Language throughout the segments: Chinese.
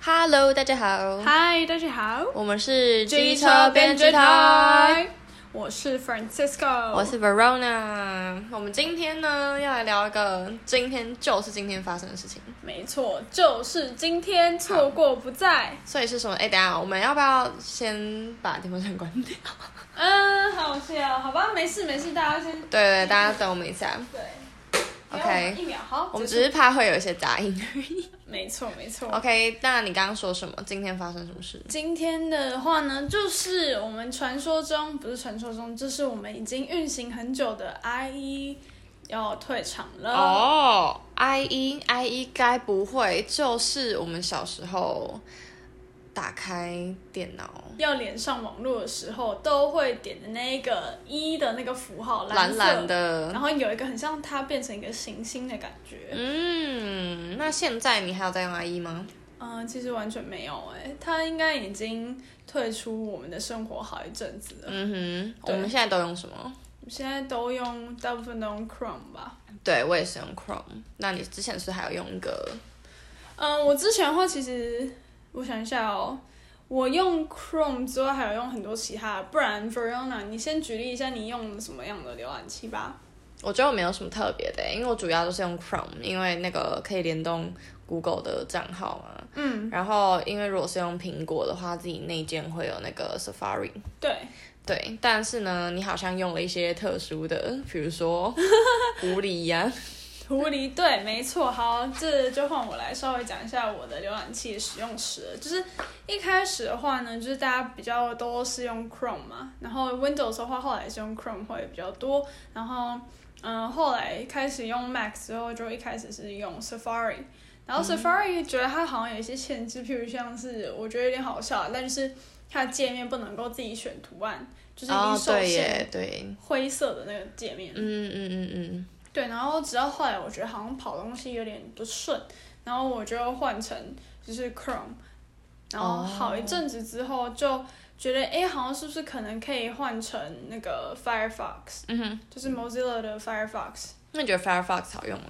Hello，大家好，嗨，大家好，我们是机机车车编编织织台，台，我是 Francisco，我是 Verona。我们今天呢要来聊一个，今天就是今天发生的事情，没错，就是今天错过不再，所以是什么？哎，等一下我们要不要先把电风扇关 掉？嗯，好笑，好吧，没事没事，大家先对对，大家等我们一下，对 OK 一秒好，我们结只束是怕会有一些杂音而 已。没错没错。 OK，那你刚刚说什么？今天发生什么事？今天的话呢，就是我们传说中不是传说中，就是我们已经运行很久的 IE 要退场了。哦，I E I E 该不会就是我们小时候打开电脑要连上网络的时候，都会点的那一个一的那个符号，蓝色蓝，的？然后有一个很像它变成一个行星的感觉。嗯，那现在你还有在用 I E 吗？嗯、其实完全没有哎、它应该已经退出我们的生活好一阵子了。嗯哼，我对们现在都用什么？我们现在都用，大部分都用 Chrome 吧。对，我也是用 Chrome。那你之前是不是还有用一个？嗯、我之前的话，其实我想一下哦。我用 Chrome 之外，还有用很多其他的，不然 Verona，你先举例一下你用什么样的浏览器吧。我觉得我没有什么特别的、欸因为我主要都是用 Chrome，因为那个可以联动 Google 的账号嘛。嗯，然后，因为如果是用苹果的话，自己内建会有那个 Safari。对，对，但是呢，你好像用了一些特殊的，比如说 狐狸呀、狐狸，对，没错。好，这就换我来稍微讲一下我的浏览器的使用史了。就是一开始的话呢，就是大家比较都是用 Chrome 嘛，然后 Windows 的话后来是用 Chrome 会比较多，然后嗯、呃后来开始用 Mac 之后，就一开始是用 Safari。然后嗯 Safari 觉得它好像有一些限制，譬如像是我觉得有点好笑，但就是它的界面不能够自己选图案，就是已经哦，受对限耶，对，灰色的那个界面。嗯嗯嗯嗯，对，然后直到后来我觉得好像跑东西有点不顺，然后我就换成就是 Chrome，然后好一阵子之后就觉得哎、诶好像是不是可能可以换成那个 Firefox，嗯哼，就是 Mozilla 的 Firefox。那你觉得 Firefox 好用吗？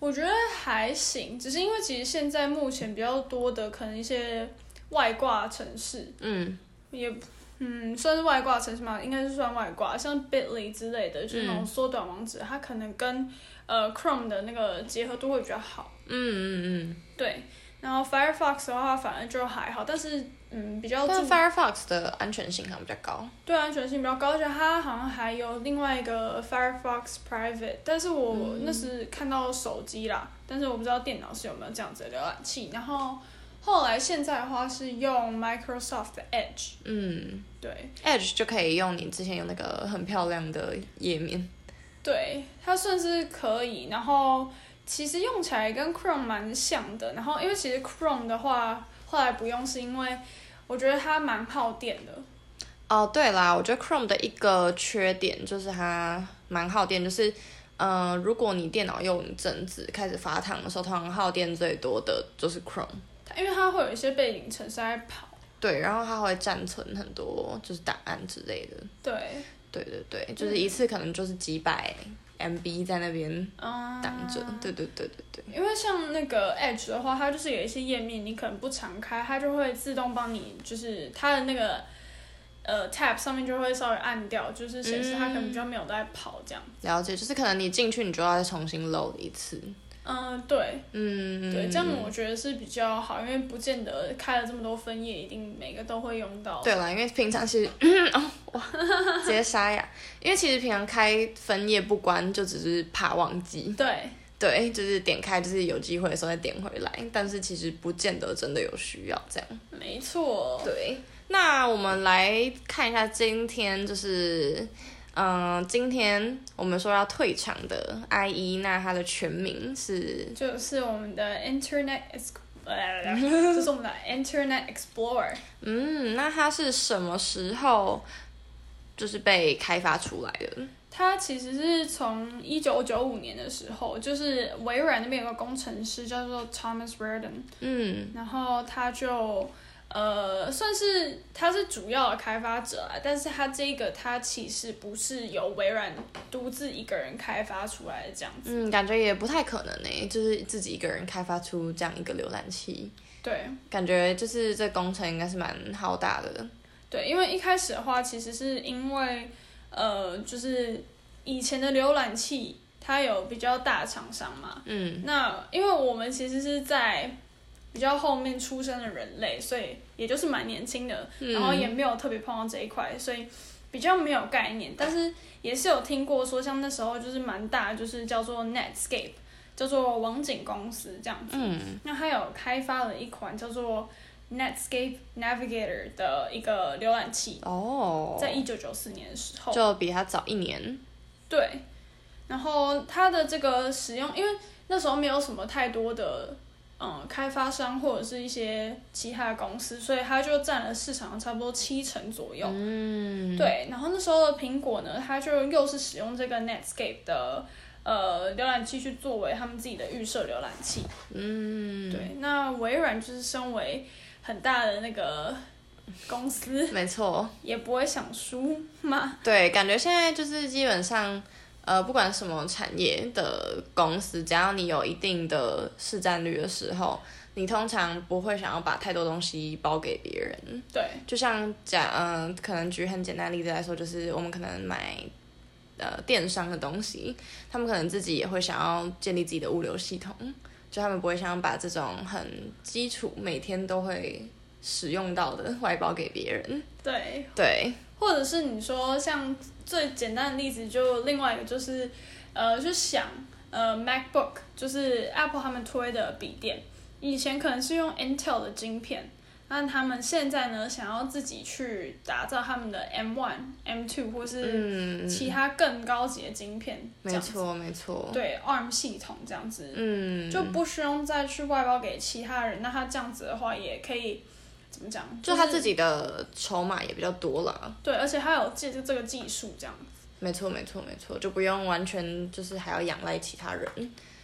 我觉得还行，只是因为其实现在目前比较多的可能一些外挂城市嗯，也。嗯，算是外挂城市嘛，应该是算外挂，像 Bitly 之类的，就是那种缩短网址，它可能跟呃 Chrome 的那个结合度会比较好。嗯嗯嗯，对，然后 Firefox 的话，反正就还好，但是嗯，比较注但 Firefox 的安全性好像比较高。对安全性比较高，而且它好像还有另外一个 Firefox Private，但是我那是看到手机啦，但是我不知道电脑是有没有这样子的浏览器。然后后来现在的话是用 Microsoft 的 Edge，嗯对，Edge 就可以用你之前有那个很漂亮的页面。对，它算是可以，然后其实用起来跟 Chrome 蛮像的，然后因为其实 Chrome 的话后来不用是因为我觉得它蛮耗电的。哦，对啦，我觉得 Chrome 的一个缺点就是它蛮耗电，就是。呃，如果你电脑用一阵子开始发烫的时候，通常耗电最多的就是 Chrome。它因为它会有一些背景城市在跑，对，然后它会暂存很多就是档案之类的。对，对对对，就是一次可能就是几百 MB 在那边嗯，挡着。对对对对对。因为像那个 Edge 的话，它就是有一些页面你可能不常开，它就会自动帮你，就是它的那个呃 tab 上面就会稍微按掉，就是显示它可能比较没有在跑这样。了解，就是可能你进去，你就要再重新 load 一次。嗯，对嗯，对，这样我觉得是比较好，因为不见得开了这么多分页，一定每个都会用到。对啦，因为平常其实， 哦，哇，直接沙哑。因为其实平常开分页不关，就只是怕忘记。对对，就是点开，就是有机会的时候再点回来，但是其实不见得真的有需要这样。没错。对，那我们来看一下今天就是，嗯、今天我们说要退场的 IE，那它的全名是就是我们的 Internet Ex，这是我们的 Internet Explorer。嗯，那它是什么时候就是被开发出来的？它其实是从一九九五年的时候，就是微软那边有个工程师叫做 Thomas Reardon，嗯然后他就呃算是他是主要的开发者啊，但是他这个他其实不是由微软独自一个人开发出来的这样子。欸嗯，感觉也不太可能呢、就是自己一个人开发出这样一个浏览器。对感觉就是这工程应该是蛮浩大的。对，因为一开始的话，其实是因为呃，就是以前的浏览器它有比较大厂商嘛，嗯，那因为我们其实是在比较后面出生的人类，所以也就是蛮年轻的，嗯然后也没有特别碰到这一块，所以比较没有概念。但是也是有听过说，像那时候就是蛮大，就是叫做 Netscape，叫做网景公司这样子。嗯那它有开发了一款叫做 Netscape Navigator 的一个浏览器，哦，在一九九四年的时候，就比他早一年。对，然后它的这个使用，因为那时候没有什么太多的嗯开发商或者是一些其他的公司，所以它就占了市场差不多七成左右。嗯，对，然后那时候的苹果呢，它就又是使用这个 Netscape 的呃浏览器去作为他们自己的预设浏览器。嗯，对，那微软就是身为很大的那个公司，没错，也不会想输嘛。对，感觉现在就是基本上。呃，不管什么产业的公司，只要你有一定的市占率的时候，你通常不会想要把太多东西包给别人。对，就像讲，嗯、可能举很简单的例子来说，就是我们可能买呃电商的东西，他们可能自己也会想要建立自己的物流系统，就他们不会想要把这种很基础每天都会使用到的外包给别人。对，对，或者是你说像最简单的例子，就另外一个就是，呃，就想呃 MacBook，就是 Apple 他们推的笔电，以前可能是用 Intel 的晶片，那他们现在呢想要自己去打造他们的 M1、M2 或是嗯，其他更高级的晶片，这没样子，错没错，对 ARM 系统这样子，嗯，就不需要再去外包给其他人。那他这样子的话，也可以怎么讲？就他自己己的筹码也比较多啦。对，而且他有借着这个技术这样没错，没错，没错，就不用完全就是还要仰赖其他人。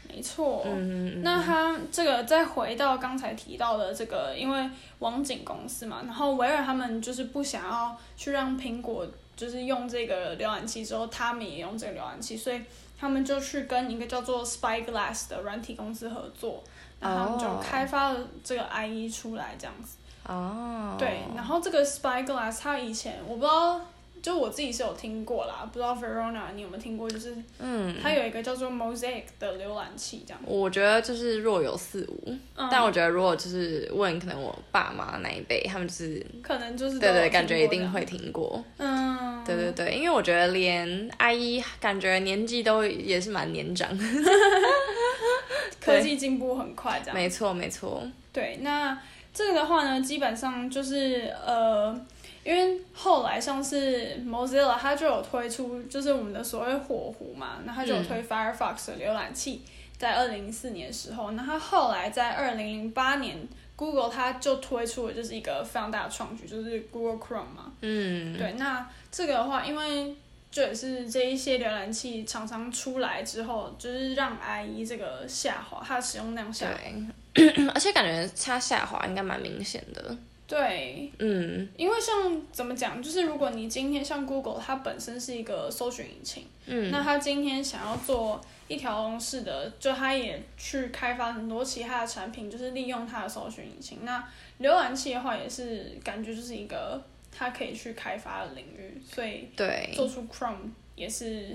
没错，嗯，那他这个再回到刚才提到的这个，因为网景公司嘛，然后微软他们就是不想要去让苹果就是用这个浏览器之后，他们也用这个浏览器，所以他们就去跟一个叫做 Spyglass 的软体公司合作，然后他们就哦开发了这个 IE 出来这样子。哦，对，然后这个 Spyglass 它以前我不知道，就我自己是有听过啦，不知道 Verona 你有没有听过？就是嗯，它有一个叫做 Mosaic 的浏览器这样。我觉得就是若有似无，嗯但我觉得如果就是问可能我爸妈那一辈，他们就是可能就是对都有对，听感觉一过定的会听过，嗯，对对对，因为我觉得连阿姨感觉年纪都也是蛮年长，科技进步很快这样。没错没错，对，那这个的话呢，基本上就是呃，因为后来像是 Mozilla 它就有推出，就是我们的所谓火狐嘛，那它就有推 Firefox 的浏览器，在二零一四年的时候，那它后来在二零零八年。Google 它就推出了就是一个非常大的创举，就是 Google Chrome 嘛。嗯，对，那这个的话，因为这也是这一些浏览器厂商出来之后，就是让 IE 这个下滑，它的使用量下滑。对， 而且感觉它下滑应该蛮明显的，对，嗯因为像怎么讲，就是如果你今天像 Google，它本身是一个搜寻引擎，嗯那它今天想要做一条龙式的，就它也去开发很多其他的产品，就是利用它的搜寻引擎。那浏览器的话，也是感觉就是一个它可以去开发的领域，所以对做出 Chrome 也是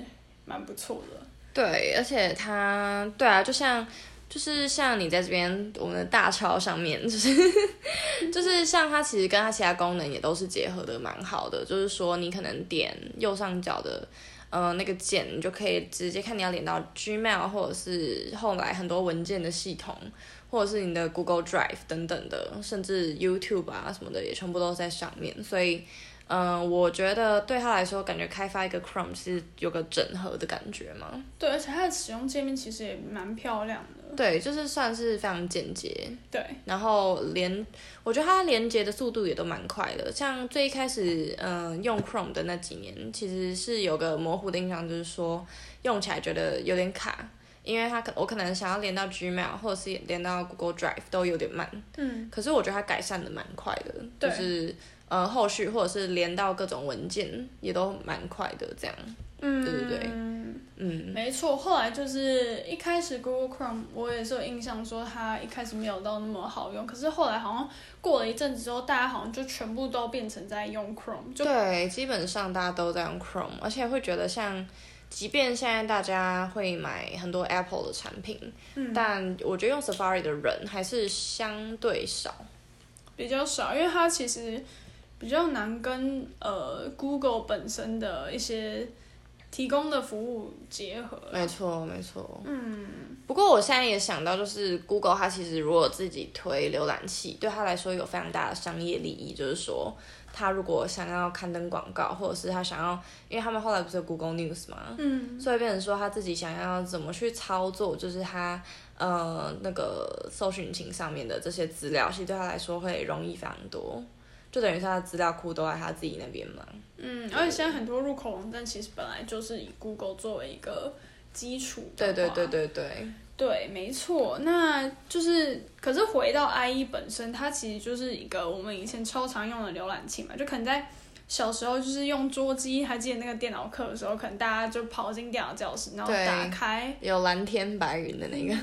蛮不错的。对，而且它对啊，就像就是像你在这边我们的大抄上面，就是就是像它其实跟它其他功能也都是结合的蛮好的，就是说你可能点右上角的。呃，那个键你就可以直接看你要连到 Gmail 或者是后来很多文件的系统，或者是你的 Google Drive 等等的，甚至 YouTube 啊什么的也全部都在上面。所以，嗯、我觉得对他来说，感觉开发一个 Chrome 是有个整合的感觉嘛。对，而且它的使用界面其实也蛮漂亮的。对，就是算是非常简洁，对，然后连我觉得它连接的速度也都蛮快的。像最一开始，嗯、用 Chrome 的那几年，其实是有个模糊的印象，就是说用起来觉得有点卡，因为它可我可能想要连到 Gmail 或者是连到 Google Drive 都有点慢。嗯，可是我觉得它改善的蛮快的，对就是呃后续或者是连到各种文件也都蛮快的这样。嗯，对对对。嗯，没错，后来就是一开始 Google Chrome 我也是有印象说它一开始没有到那么好用，可是后来好像过了一阵子之后，大家好像就全部都变成在用 Chrome，就对，基本上大家都在用 Chrome，而且会觉得像，即便现在大家会买很多 Apple 的产品，嗯但我觉得用 Safari 的人还是相对少。比较少，因为它其实比较难跟呃 Google 本身的一些提供的服务结合。没错，没错。嗯，不过我现在也想到，就是 Google 它其实如果自己推浏览器，对它来说有非常大的商业利益，就是说。它如果想要刊登广告，或者是它想要，因为他们后来不是有 Google News 吗？嗯，所以变成说他自己想要怎么去操作，就是他呃那个搜寻引擎上面的这些资料，其实对他来说会容易非常多，就等于是他的资料库都在他自己那边嘛。嗯，而且现在很多入口网站其实本来就是以 Google 作为一个基础的对话。对对对对，对，没错，那就是，可是回到 IE 本身，它其实就是一个我们以前超常用的浏览器嘛，就可能在小时候就是用桌机，还记得那个电脑课的时候，可能大家就跑进电脑教室，然后对打开，有蓝天白云的那个，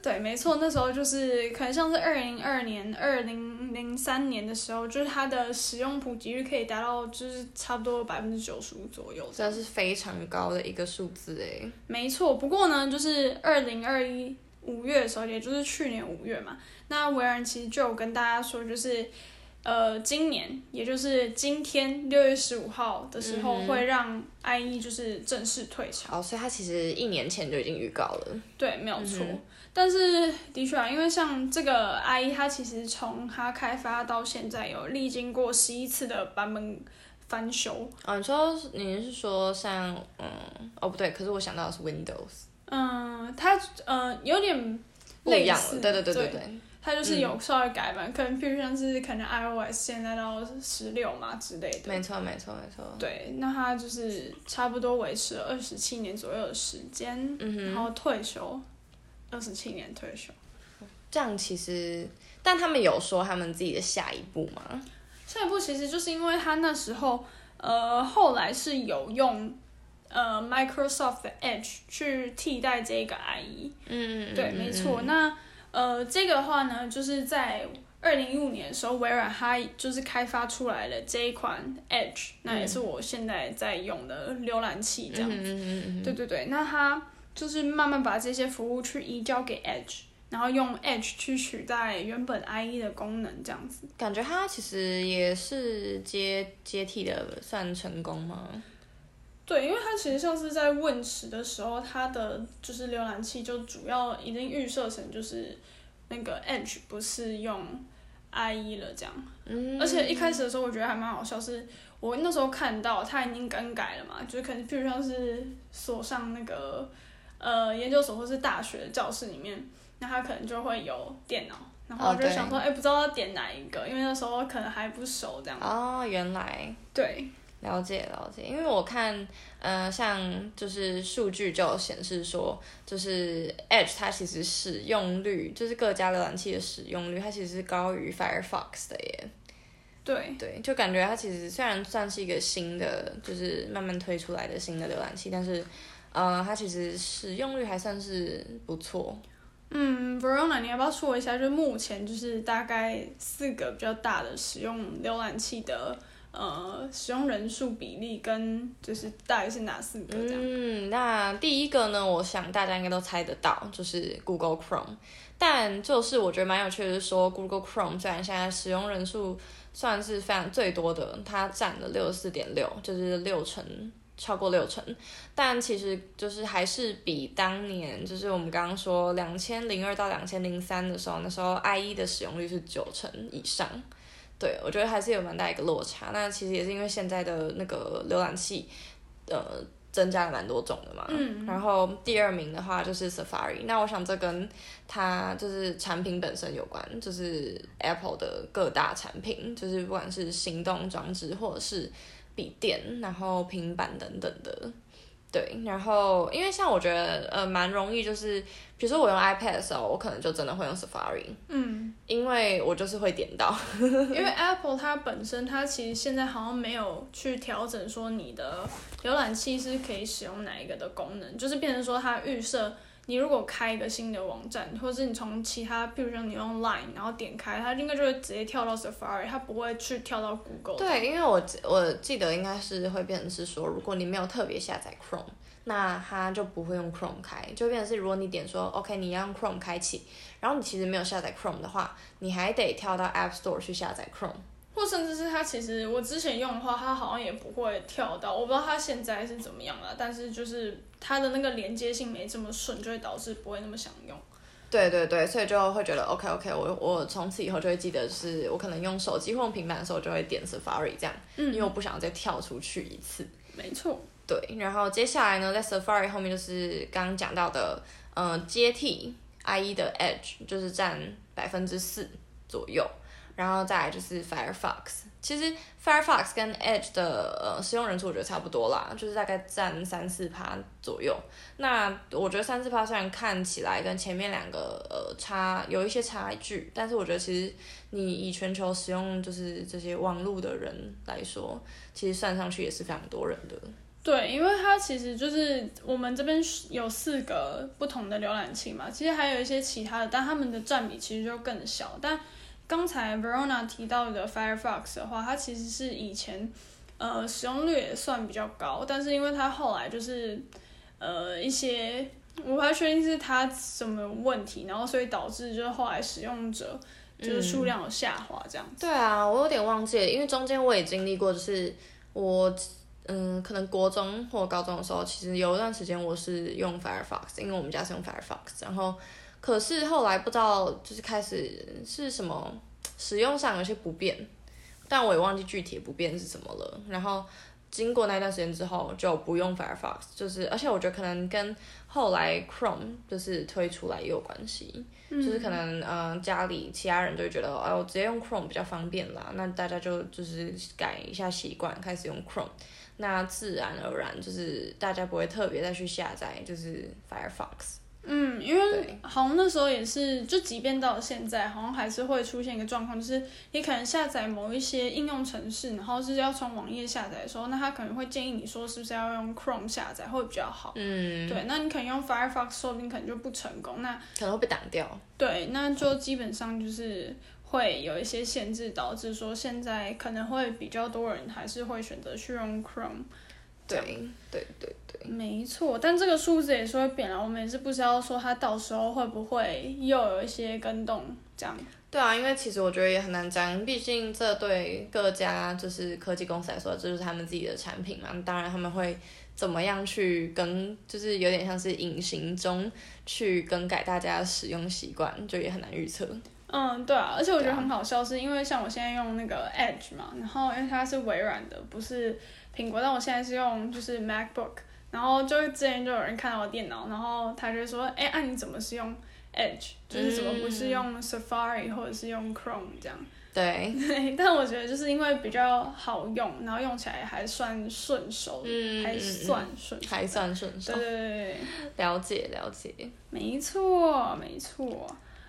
对，没错，那时候就是可能像是二零二年、二零零三年的时候，就是它的使用普及率可以达到就是差不多百分之九十五左右这这样。是非常高的一个数字欸诶。没错，不过呢，就是二零二一五月的时候，也就是去年五月嘛，那微软其实就有跟大家说，就是呃，今年也就是今天六月十五号的时候，嗯哼会让 IE 就是正式退场。好，哦所以他其实一年前就已经预告了。对，没有错。嗯哼但是的确啊，因为像这个 IE，它其实从它开发到现在有历经过十一次的版本翻修。啊，你说你是说像嗯哦不对，可是我想到的是 Windows，嗯，它呃有点不一类样似，了。对对对对对对，它就是嗯有稍微改版，可能譬如像是可能 iOS 现在到十六嘛之类的。没错没错没错。对，那它就是差不多维持了二十七年左右的时间，嗯哼然。后退休，二十七年退休。这样其实，但他们有说他们自己的下一步吗？下一步其实就是因为他那时候，呃，后来是有用呃 Microsoft 的 Edge 去替代这个 E IE。嗯对，没错。。那呃，这个的话呢，就是在二零一五年的时候，微软它就是开发出来了这一款 Edge，那也是我现在在用的浏览器这样子。嗯嗯嗯对对对，那它就是慢慢把这些服务去移交给 Edge。然后用 Edge 去取代原本 IE 的功能，这样子。嗯，感觉他其实也是接接替的，算成功吗？对，因为它其实像是在问世的时候，它的就是浏览器就主要已经预设成就是那个 Edge 不是用 IE 了这样。嗯，而且一开始的时候，我觉得还蛮好笑，是我那时候看到它已经更改了嘛，就是可能譬如像是所上那个呃研究所或是大学的教室里面，那它可能就会有电脑，然后我哦就对想说，哎、不知道要点哪一个，因为那时候可能还不熟这样。哦，原来对，了解了解，因为我看，呃，像就是数据就有显示说，就是 Edge 它其实使用率，就是各家浏览器的使用率，它其实是高于 Firefox 的耶。对。对，就感觉它其实虽然算是一个新的，就是慢慢推出来的新的浏览器，但是，呃，它其实使用率还算是不错。嗯，Verona，你要不要说一下，就是目前就是大概四个比较大的使用浏览器的呃使用人数比例跟就是大概是哪四个这样？嗯，那第一个呢，我想大家应该都猜得到，就是 Google Chrome。但就是我觉得蛮有趣的是说，Google Chrome 虽然现在使用人数算是非常最多的，它占了六十四点六，就是六成。超过六成，但其实就是还是比当年，就是我们刚刚说两千零二到两千零三的时候，那时候 IE 的使用率是九成以上，对我觉得还是有蛮大一个落差。那其实也是因为现在的那个浏览器，呃，增加了蛮多种的嘛。嗯。然后第二名的话就是 Safari，那我想这跟它就是产品本身有关，就是 Apple 的各大产品，就是不管是行动装置或者是笔电，然后平板等等的。对，然后因为像我觉得呃蛮容易，就是比如说我用 iPad 的时候，我可能就真的会用 Safari，嗯，因为我就是会点到。因为 Apple 它本身它其实现在好像没有去调整说你的浏览器是可以使用哪一个的功能，就是变成说它预设你如果开一个新的网站，或者是你从其他，譬如说你用 Line 然后点开，它应该就会直接跳到 Safari，它不会去跳到 Google。对，因为我记我记得应该是会变成是说，如果你没有特别下载 Chrome，那它就不会用 Chrome 开，就变成是如果你点说 OK，你要用 Chrome 开启，然后你其实没有下载 Chrome 的话，你还得跳到 App Store 去下载 Chrome。或甚至是它其实我之前用的话，它好像也不会跳到，我不知道它现在是怎么样了，但是就是它的那个连接性没这么顺，就会导致不会那么想用。对对对，所以就会觉得 OK OK，我我从此以后就会记得，就是我可能用手机或用平板的时候就会点 Safari 这样，嗯因为我不想再跳出去一次。没错，对，然后接下来呢，在 Safari 后面就是刚刚讲到的，呃，接替 IE E 的 Edge 就是占百分之四左右，然后再来就是 Firefox。其实 Firefox 跟 Edge 的呃使用人数我觉得差不多啦，就是大概占三四趴左右。那我觉得三四趴虽然看起来跟前面两个呃差有一些差距，但是我觉得其实你以全球使用就是这些网络的人来说，其实算上去也是非常多人的。对，因为它其实就是我们这边有四个不同的浏览器嘛，其实还有一些其他的，但它们的占比其实就更小。但刚才 Verona 提到的 Firefox 的话，它其实是以前呃使用率也算比较高，但是因为它后来就是呃一些我不太确定是它什么问题，然后所以导致就是后来使用者就是数量有下滑这样。对啊，我有点忘记了，因为中间我也经历过，就是我嗯，可能国中或高中的时候，其实有一段时间我是用 Firefox，因为我们家是用 Firefox，然后可是后来不知道就是开始是什么使用上有些不便，但我也忘记具体的不便是什么了。然后经过那段时间之后，就不用 Firefox，就是而且我觉得可能跟后来 Chrome 就是推出来也有关系。就是可能呃家里其他人就会觉得，哎、我直接用 Chrome 比较方便啦。那大家就就是改一下习惯，开始用 Chrome，那自然而然就是大家不会特别再去下载就是 Firefox。嗯，因为对好像那时候也是，就即便到现在，好像还是会出现一个状况，就是你可能下载某一些应用程式，然后是要从网页下载的时候，那他可能会建议你说是不是要用 Chrome 下载会比较好。嗯，对，那你可能用 Firefox，说不定可能就不成功。那可能会被挡掉。对，那就基本上就是会有一些限制，导致说现在可能会比较多人还是会选择去用 Chrome。对对对对，没错，但这个数字也是会变啊，我们也是不知道说它到时候会不会又有一些跟动这样。对啊，因为其实我觉得也很难讲，毕竟这对各家就是科技公司来说，这就是他们自己的产品嘛。当然他们会怎么样去更，就是有点像是隐形中去更改大家的使用习惯，就也很难预测。嗯，对啊，而且我觉对得啊很好笑，是因为像我现在用那个 Edge 嘛，然后因为它是微软的，不是苹果，但我现在是用就是 MacBook，然后就之前就有人看到我电脑，然后他就说，哎，啊你怎么是用 Edge，就是怎么不是嗯用 Safari 或者是用 Chrome 这样？ 对，对，但我觉得就是因为比较好用，然后用起来还算顺手，嗯还嗯嗯算顺手，还算顺手对。对对对，对了解了解，没错没错。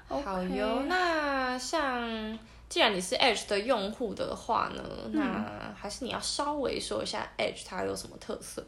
OK 好哟。那像既然你是 Edge 的用户的话呢，嗯那还是你要稍微说一下 Edge 它有什么特色。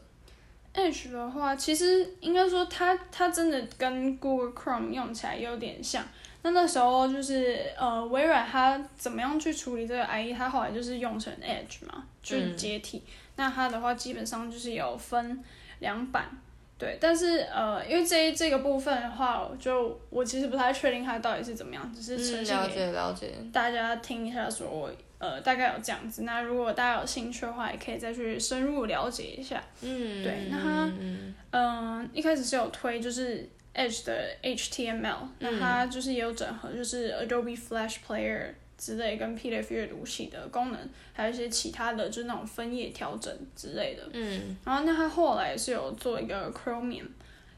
Edge 的话，其实应该说它它真的跟 Google Chrome 用起来有点像。那那时候就是呃，微软它怎么样去处理这个 IE，它后来就是用成 Edge 嘛，去嗯接替。那它的话基本上就是有分两版，对。但是呃，因为这一这个部分的话，我就我其实不太确定它到底是怎么样，只是呈嗯，现了给解了解。大家听一下说，呃大概有这样子。那如果大家有兴趣的话，也可以再去深入了解一下。嗯，对那它嗯嗯，一开始是有推就是 Edge 的 HTML，、那它就是也有整合就是 Adobe Flash Player 之类跟 PDF E 阅读器的功能，还有一些其他的就是那种分页调整之类的。嗯，然后那它后来也是有做一个 Chromium，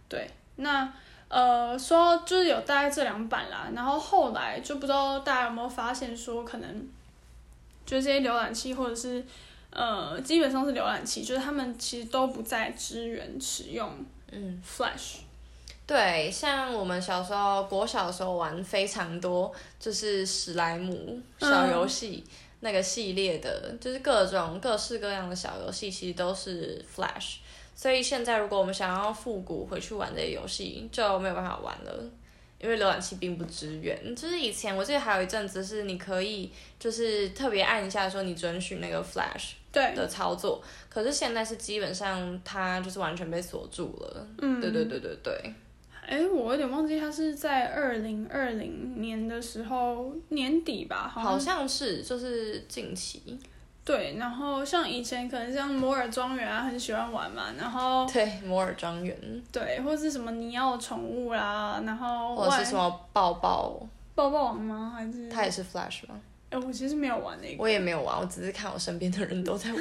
对，那呃说到就是有大概这两版啦，然后后来就不知道大家有没有发现说可能就是这些浏览器或者是呃，基本上是浏览器，就是他们其实都不再支援使用嗯， Flash。对，像我们小时候国小的时候玩非常多，就是史莱姆小游戏、那个系列的，就是各种各式各样的小游戏，其实都是 Flash。所以现在如果我们想要复古回去玩这些游戏，就没有办法玩了。因为浏览器并不支援，就是以前我记得还有一阵子是你可以就是特别按一下说你准许那个 Flash，对，的操作，可是现在是基本上它就是完全被锁住了。嗯，对对对对对，哎，我有点忘记他是在二零二零年的时候年底吧，好像好像是就是近期，对。然后像以前可能像摩尔庄园啊，很喜欢玩嘛，然后对摩尔庄园对，或是什么你要宠物啦，然后或者是外什么抱抱，抱抱王吗？还是它也是 Flash 吗？哎，我其实没有玩 那个，我也没有玩，我只是看我身边的人都在玩。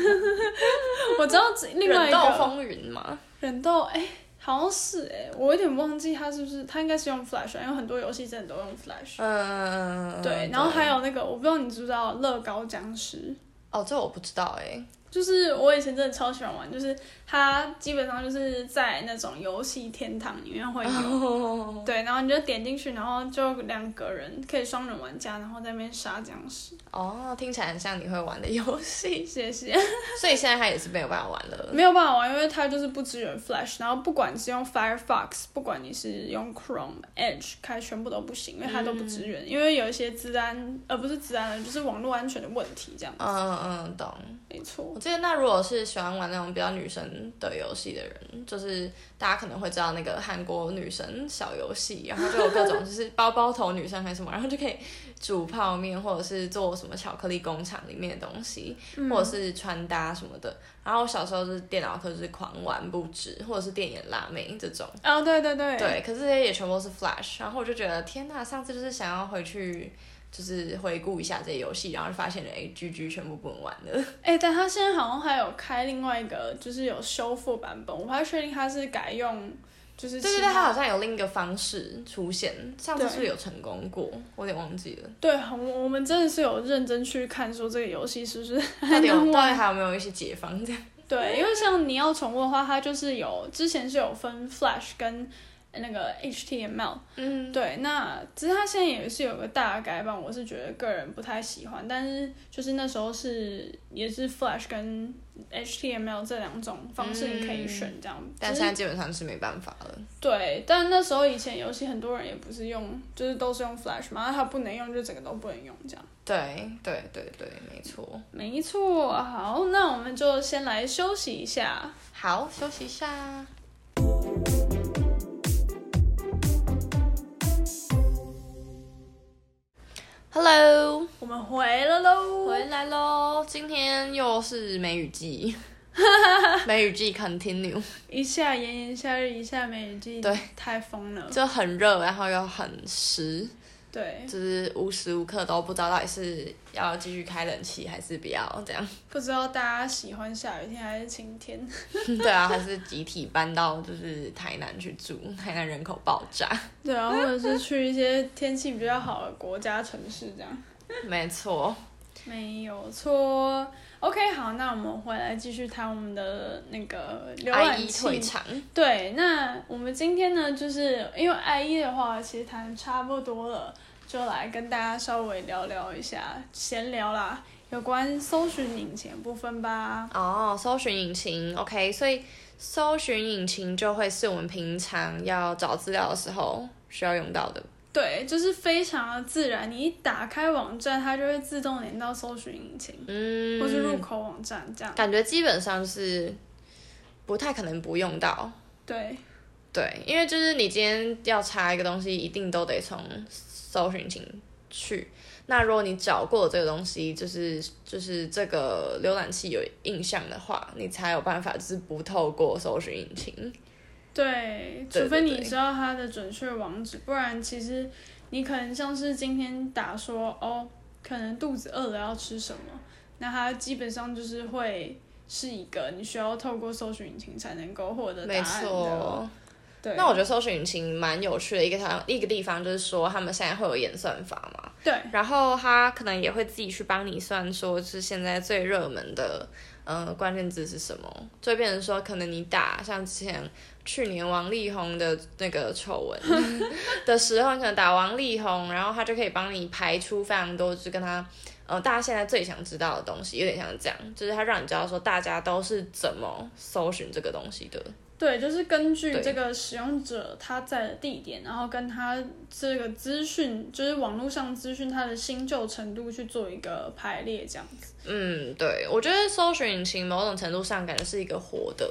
我知道 另外忍一斗个风云嘛，忍豆，哎，好像是哎，我有点忘记他是不是他应该是用 Flash，啊因为很多游戏真的都用 Flash。嗯，对，然后还有那个，我不知道你知不知道乐高僵尸，哦，这我不知道哎、就是我以前真的超喜欢玩，就是它基本上就是在那种游戏天堂里面会有，哦对，然后你就点进去，然后就两个人可以双人玩家，然后在那边杀僵尸， 哦，听起来很像你会玩的游戏，谢谢。所以现在它也是没有办法玩了。没有办法玩，因为它就是不支援 Flash，然后不管是用 Firefox，不管你是用 Chrome、Edge 开，全部都不行，因为它都不支嗯援，因为有一些治安，呃，不是治安了，就是网络安全的问题，这样嗯嗯嗯，懂。没错。我记得，那如果是喜欢玩那种比较女生的游戏的人，就是大家可能会知道那个韩国女神小游戏，然后就有各种就是包包头女生还是什么，然后就可以煮泡面，或者是做什么巧克力工厂里面的东西，或者是穿搭什么的。然后我小时候就是电脑课就是狂玩不止，或者是电眼辣妹这种。哦，对对对，嗯对，可是这些也全部都是 Flash，然后我就觉得天呐，上次就是想要回去。就是回顾一下这些游戏，然后就发现了，哎，GG 全部不能玩了。哎、但它现在好像还有开另外一个，就是有修复版本，我不太确定它是改用，就是对对其对，它他好像有另一个方式出现，上次对是不是有成功过？我有点忘 记了，对，我我们真的是有认真去看说这个游戏是不是 还到底有能到底玩。还有没有一些解放这样？对，因为像你要宠物的话，它就是有之前是有分 Flash 跟那个 HTML，嗯，对，那只是它现在也是有个大的改版，我是觉得个人不太喜欢，但是就是那时候是也是 Flash 跟 HTML 这两种方式你可以选这样，嗯但只现是在基本上是没办法了。对，但那时候以前游戏很多人也不是用，就是都是用 Flash 嘛，那它不能用就整个都不能用这样。对对对对，没错。没错，好，那我们就先来休息一下。好，休息一下。Hello，我们回了喽，回来喽！今天又是梅雨 季，梅雨季 continue，一下炎炎夏日，一下梅雨季，对，太疯了，就很热，然后又很湿。对，就是无时无刻都不知道到底是要继续开冷气还是不要这样。 不知道大家喜欢下雨天还是晴天？对啊，还是集体搬到就是台南去住，台南人口爆 炸。对啊，或者是去一些天气比较好的国家城市这样。没错，没有错。OK，好，那我们回来继续谈我们的那个浏阿览姨器退。场。对，那我们今天呢，就是因为 IE 的话，其实谈差不多了，就来跟大家稍微聊聊一下，闲聊啦，有关搜寻引擎的部分吧。哦，搜寻引擎，OK，所以搜寻引擎就会是我们平常要找资料的时候需要用到的。对，就是非常的自然，你一打开网站，它就会自动连到搜寻引擎，嗯，或是入口网站这样。感觉基本上是不太可能不用到。对，对，因为就是你今天要查一个东西，一定都得从搜寻引擎去。那如果你找过这个东西，就是就是这个浏览器有印象的话，你才有办法就是不透过搜寻引擎。对，对除非对你知道它的准确网址，不然其实你可能像是今天打说哦，可能肚子饿了要吃什么，那它基本上就是会是一个你需要透过搜寻引擎才能够获得答没案的。错。对，那我觉得搜寻引擎蛮有趣的一个条一个地方，就是说他们现在会有演算法嘛。对然后他可能也会自己去帮你算，说是现在最热门的呃关键字是什么，就会变成说可能你打像之前去年王力宏的那个丑 闻的时候，你可能打王力宏，然后他就可以帮你排出非常多，就是跟他。呃，大家现在最想知道的东西，有点像这样，就是他让你知道说大家都是怎么搜寻这个东西的。对，就是根据对这个使用者他在的地点，然后跟他这个资讯，就是网络上资讯他的新旧程度去做一个排列，这样子。嗯，对，我觉得搜寻引擎某种程度上感觉是一个活的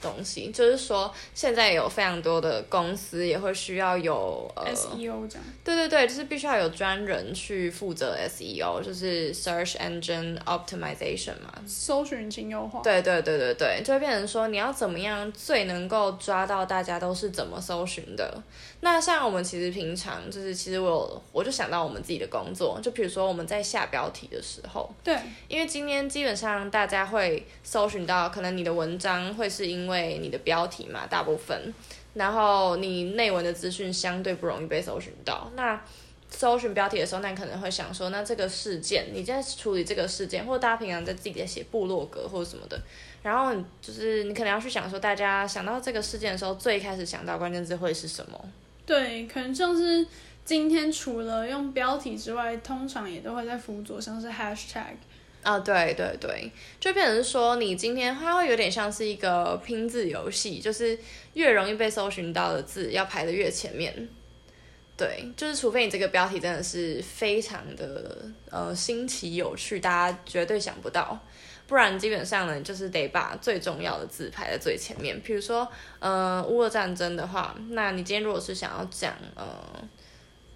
东西，就是说现在有非常多的公司也会需要有呃， SEO E 这样，对对对，就是必须要有专人去负责 SEO，就是 Search Engine Optimization 嘛，搜寻引擎优化。对对对对对，就会变成说你要怎么样最能够抓到大家都是怎么搜寻的。那像我们其实平常就是，其实我有我就想到我们自己的工作，就比如说我们在下标题的时候，对因为今天基本上大家会搜寻到，可能你的文章会是因为你的标题嘛，大部分，然后你内文的资讯相对不容易被搜寻到。那搜寻标题的时候，那你可能会想说，那这个事件，你在处理这个事件，或者大家平常在自己在写部落格或者什么的，然后你就是你可能要去想说，大家想到这个事件的时候，最开始想到关键字会是什么？对，可能像是今天除了用标题之外，通常也都会在辅佐像是 hashtag。啊，对对对，就变成是说，你今天它会有点像是一个拼字游戏，就是越容易被搜寻到的字要排的越前面。对，就是除非你这个标题真的是非常的呃新奇有趣，大家绝对想不到，不然基本上呢，你就是得把最重要的字排在最前面。比如说，呃，乌俄战争的话，那你今天如果是想要讲呃，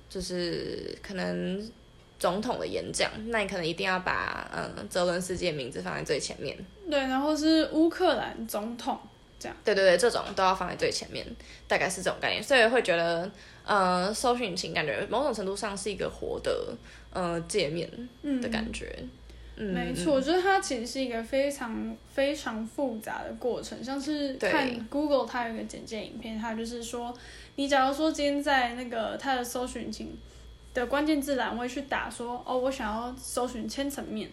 就是可能总统的演讲，那你可能一定要把嗯泽伦斯基的名字放在最前面。对，然后是乌克兰总统。对对对，这种都要放在最前面，大概是这种概念，所以会觉得，呃，搜寻引擎感觉某种程度上是一个活的，呃，界面嗯的，感觉。嗯，没错，就是它其实是一个非常非常复杂的过程，像是对看 Google 它有一个简介影片，它就是说，你假如说今天在那个它的搜寻引擎的关键字栏位去打说，哦，我想要搜寻千层面，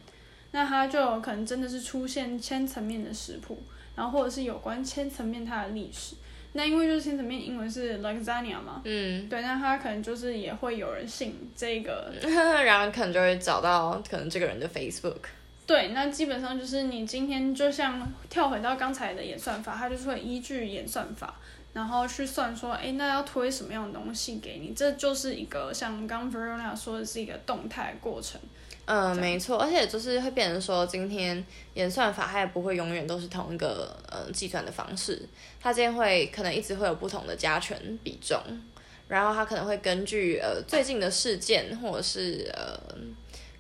那它就有可能真的是出现千层面的食谱，然后或者是有关千层面它的历史。那因为就是千层面英文是 lasagna 嘛，嗯， 对，那它可能就是也会有人信这个然后可能就会找到可能这个人的 Facebook。对，那基本上就是你今天就像跳回到刚才的演算法，它就是会依据演算法，然后去算说，哎，那要推什么样的东西给你？这就是一个像刚 Verona 说的是一个动态过程。嗯，没错，而且就是会变成说，今天演算法它也不会永远都是同一个嗯计算的方式，它今天会可能一直会有不同的加权比重，然后它可能会根据呃最近的事件或者是呃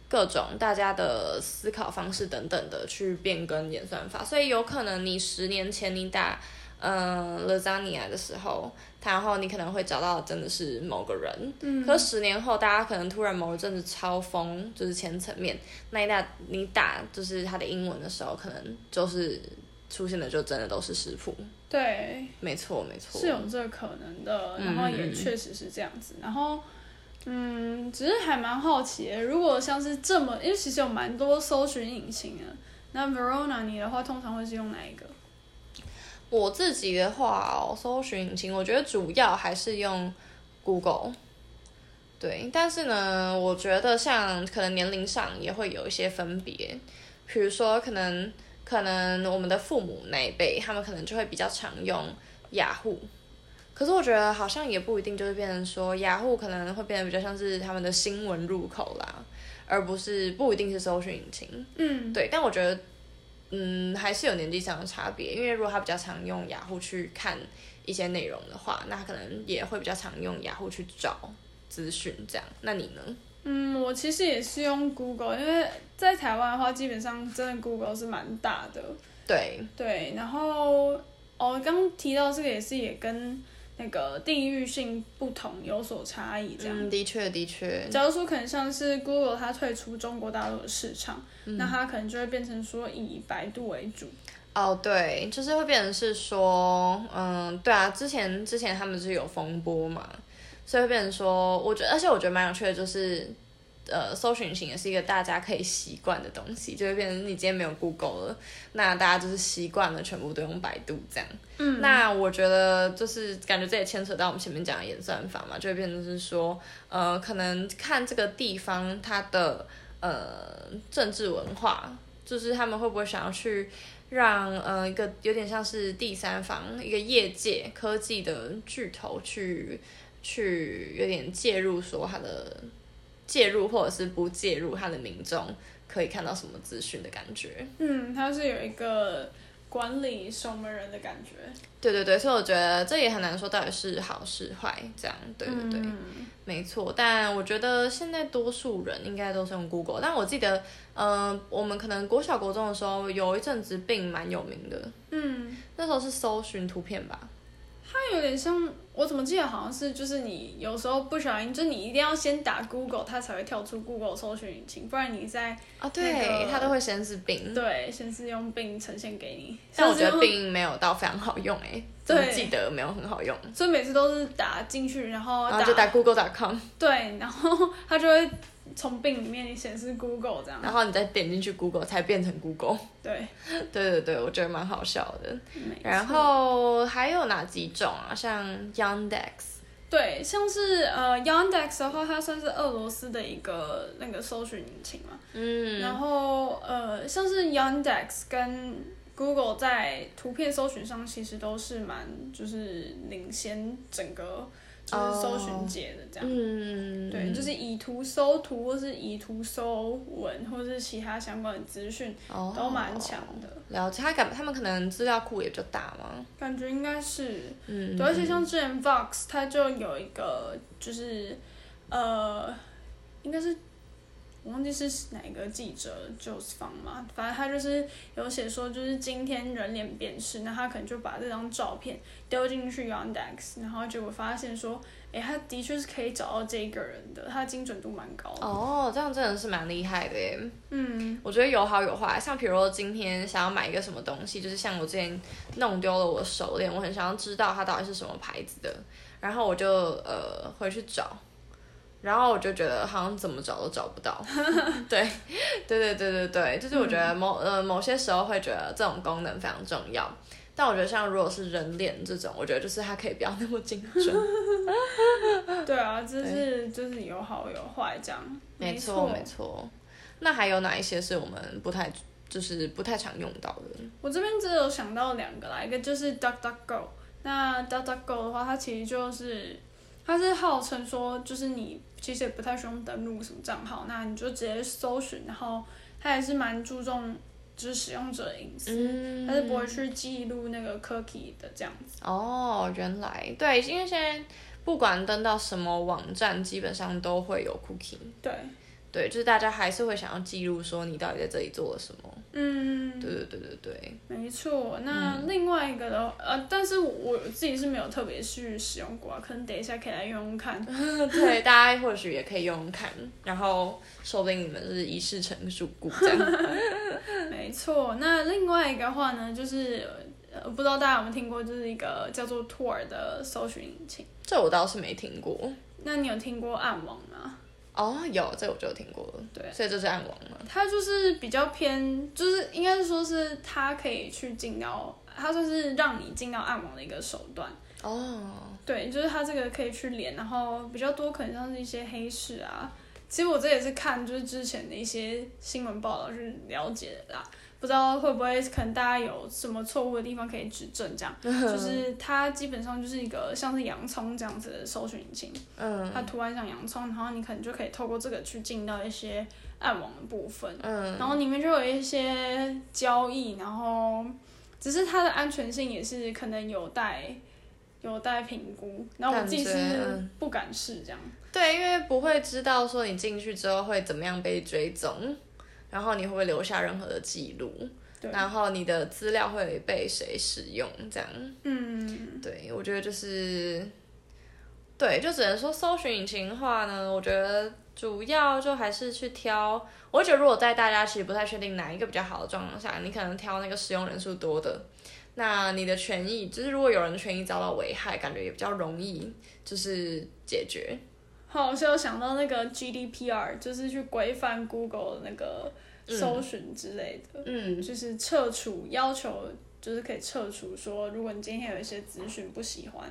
各种大家的思考方式等等的去变更演算法，所以有可能你十年前你打嗯 lasagna 的时候，然后你可能会找到真的是某个人，嗯可是十年后，大家可能突然某一阵子超疯，就是千层面那一大你打就是它的英文的时候，可能就是出现的就真的都是食谱，对，没错没错，是有这个可能的，然后也嗯确实是这样子。然后，嗯，只是还蛮好奇的，如果像是这么，因为其实有蛮多搜寻引擎的，那 Verona 你的话通常会是用哪一个？我自己的话、哦，搜寻引擎我觉得主要还是用 Google。对，但是呢，我觉得像可能年龄上也会有一些分别，比如说可能可能我们的父母那一辈，他们可能就会比较常用雅虎。可是我觉得好像也不一定，就是变成说雅虎可能会变得比较像是他们的新闻入口啦，而不是不一定是搜寻引擎。嗯，对，但我觉得，嗯，还是有年纪上的差别，因为如果他比较常用雅虎去看一些内容的话，那他可能也会比较常用雅虎去找资讯，这样。那你呢？嗯，我其实也是用 Google，因为在台湾的话，基本上真的 Google 是蛮大的。对，对，然后哦，刚提到这个也是也跟那个地域性不同有所差异这样。嗯，的确，的确，假如说可能像是 Google 它退出中国大陆的市场，那它可能就会变成说以百度为主。哦，对，就是会变成是说，嗯，对啊，之前之前他们是有风波嘛，所以会变成说，我觉得，而且我觉得蛮有趣的，就是呃，搜寻型也是一个大家可以习惯的东西，就会变成你今天没有 Google 了，那大家就是习惯了全部都用百度这样。嗯，那我觉得就是感觉这也牵扯到我们前面讲的演算法嘛，就会变成是说，呃，可能看这个地方它的呃政治文化，就是他们会不会想要去让呃一个有点像是第三方一个业界科技的巨头去去有点介入说它的。介入或者是不介入他的民众可以看到什么资讯的感觉。嗯，它是有一个管理守门人的感觉。对对对，所以我觉得这也很难说到底是好是坏，这样对对对，嗯没错。但我觉得现在多数人应该都是用 Google，但我记得，呃，我们可能国小国中的时候有一阵子并蛮有名的，嗯，那时候是搜寻图片吧。它有点像，我怎么记得好像是就是你有时候不小心，就是你一定要先打 Google，它才会跳出 Google 搜寻引擎，不然你在啊，对，那个它都会显示并，对先是用并呈现给你。嗯但我觉得像是并没有到非常好用诶、对欸，我记得没有很好用，所以每次都是打进去，然后然后就打 Google.com，嗯对，然后它就会从病里面显示 Google 这样。然后你再点进去 Google 才变成 Google。对，对对对，我觉得蛮好笑的。没错然后还有哪几种啊？像 Yandex，对，像是呃 Yandex 的话，它算是俄罗斯的一个那个搜寻引擎嘛。嗯，然后呃，像是 Yandex 跟 Google 在图片搜寻上其实都是蛮就是领先整个就是搜寻界的这样。嗯，对，就是以图搜图，或是以图搜文，或是其他相关的资讯，哦都蛮强的。了解，他感他们可能资料库也比较大嘛，感觉应该是嗯，对，而且像之前 Vox，它就有一个就是呃，应该是我忘记是哪个记者就是访嘛，反正他就是有写说，就是今天人脸辨识，那他可能就把这张照片丢进去 Yandex，然后结果发现说，诶，他的确是可以找到这个人的，他的精准度蛮高的。哦，这样真的是蛮厉害的耶。嗯我觉得有好有坏，像比如说今天想要买一个什么东西，就是像我之前弄丢了我的手链，我很想要知道它到底是什么牌子的，然后我就呃回去找，然后我就觉得好像怎么找都找不到。 对，对对对对对，就是我觉得某、呃某些时候会觉得这种功能非常重要。但我觉得像如果是人脸这种，我觉得就是它可以不要那么精准。对啊，就是就是有好有坏这样。没错，没错。那还有哪一些是我们不太就是不太常用到的？我这边只有想到两个啦，一个就是 DuckDuckGo。那 DuckDuckGo 的话，它其实就是，它是号称说，就是你其实也不太需要登录什么账号，那你就直接搜寻，然后它也是蛮注重就是使用者的隐私，嗯它是不会去记录那个 cookie 的这样子。哦，原来对，因为现在不管登到什么网站，基本上都会有 cookie。对，对，就是大家还是会想要记录说你到底在这里做了什么。嗯，对对对对对，没错。那另外一个的话，呃，但是我自己是没有特别去使用过啊，可能等一下可以来用用看。对，大家或许也可以用用看，然后说不定你们是一世成主顾这样。 没错，那另外一个话呢，就是呃，不知道大家有没有听过，就是一个叫做 Tor 的搜寻引擎。这我倒是没听过。那你有听过暗网吗？哦，有，这我就有听过了。对所以这是暗网嘛？它就是比较偏，就是应该是说是它可以去进到，它算是让你进到暗网的一个手段。哦，对，就是它这个可以去连，然后比较多可能像是一些黑市啊。其实我这也是看就是之前的一些新闻报道去了解的啦，不知道会不会可能大家有什么错误的地方可以指正，这样嗯就是它基本上就是一个像是洋葱这样子的搜寻引擎，嗯它图案像洋葱，然后你可能就可以透过这个去进到一些暗网的部分，嗯，然后里面就有一些交易，然后只是它的安全性也是可能有待有待评估。然后我自己感觉是嗯不敢试这样，对，因为不会知道说你进去之后会怎么样被追踪，然后你会不会留下任何的记录。对，然后你的资料会被谁使用？这样，嗯，对我觉得就是，对，就只能说搜寻引擎的话呢，我觉得主要就还是去挑。我觉得如果在大家其实不太确定哪一个比较好的状况下，你可能挑那个使用人数多的。那你的权益，就是如果有人的权益遭到危害，感觉也比较容易，就是解决。好，我是有想到那个 GDPR，就是去规范 Google 的那个搜寻之类的，嗯，就是撤除要求，就是可以撤除说，如果你今天有一些资讯不喜欢，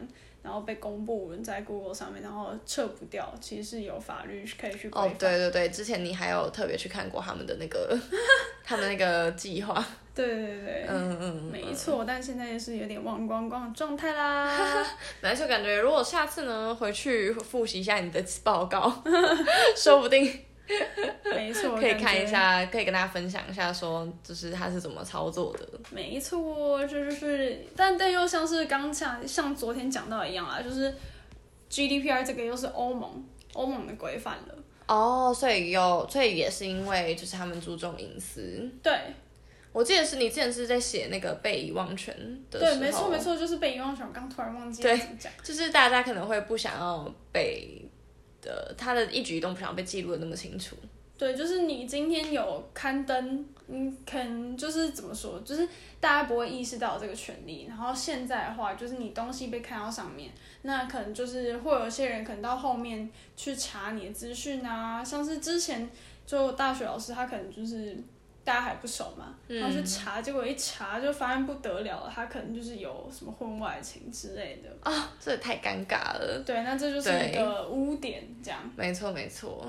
然后被公布在 Google 上面，然后撤不掉，其实是有法律可以去规哦范。，对对对，之前你还有特别去看过他们的那个 他们那个计划，对对对，嗯嗯，没错，但现在也是有点忘光光的状 态啦。没错，感觉如果下次呢回去复习一下你的报告， 说不定没错，可以感看一觉下，可以跟大家分享一下，说就是他是怎么操作的。没错，这就是，但但又像是刚像像昨天讲到一样啊，就是 GDPR 这个又是欧盟欧盟的规范了。哦、所以有，所以也是因为就是他们注重隐私。对我记得是你之前是在写那个被遗忘权的时候，对，没错没，错，就是被遗忘权。我刚突然忘记对了怎么讲。就是大家可能会不想要被的他的一举一动不想被记录的那么清楚。 对，就是你今天有刊登，你可能就是怎么说，就是大家不会意识到这个权利。然后现在的话，就是你东西被看到上面，那可能就是会有些人可能到后面去查你的资讯啊，像是之前就大学老师他可能就是大家还不熟嘛，然后嗯去查，结果一查就发现不得了了，他可能就是有什么婚外情之类的。啊、这也太尴尬了。对，那这就是对一个污点，这样。没错，没错。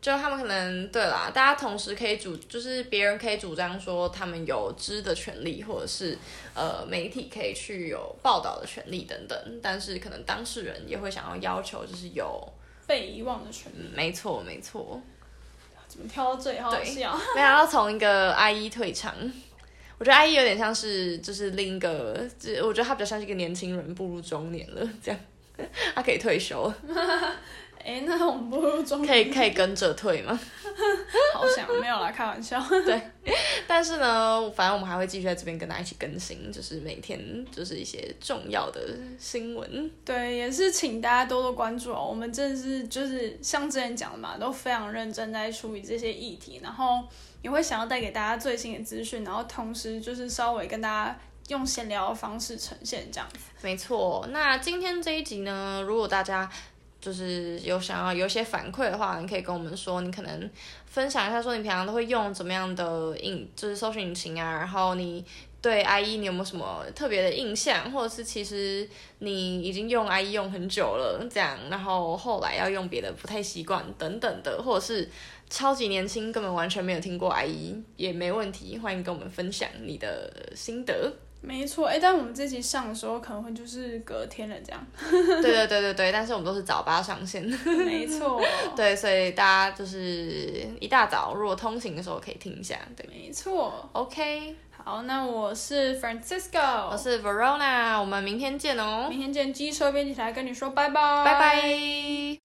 就他们可能对啦，大家同时可以主，就是别人可以主张说他们有知的权利，或者是呃媒体可以去有报道的权利等等，但是可能当事人也会想要要求，就是有，被遗忘的权利，嗯没错没错。怎么挑到这里好好对笑？没想到从一个 I E 退场，我觉得 I E 有点像是就是另一个，就是我觉得他比较像是一个年轻人步入中年了这样，他可以退休了，哎、那我们步入中可以可以跟着退吗？好想没有啦，开玩笑。 但是呢，反正我们还会继续在这边跟大家一起更新，就是每天就是一些重要的新闻。对，也是请大家多多关注哦。我们真的是就是像之前讲的嘛，都非常认真在处理这些议题，然后也会想要带给大家最新的资讯，然后同时就是稍微跟大家用闲聊的方式呈现这样。没错，那今天这一集呢，如果大家就是有想要有一些反馈的话，你可以跟我们说，你可能分享一下，说你平常都会用怎么样的引，就是搜寻引擎啊，然后你。对 IE 你有没有什么特别的印象，或者是其实你已经用 IE 用很久了，这样，然后后来要用别的不太习惯等等的，或者是超级年轻根本完全没有听过 IE 也没问题，欢迎跟我们分享你的心得。没错，哎、但我们这集上的时候可能会就是隔天了 这样。对对对对对，但是我们都是早八上线，没错，对，所以大家就是一大早，如果通勤的时候可以听一下。对没错。 ，OK，好，那我是我 Francisco，是 Verona，我们明天见哦，明天见，机车编辑台跟你说拜拜，拜拜。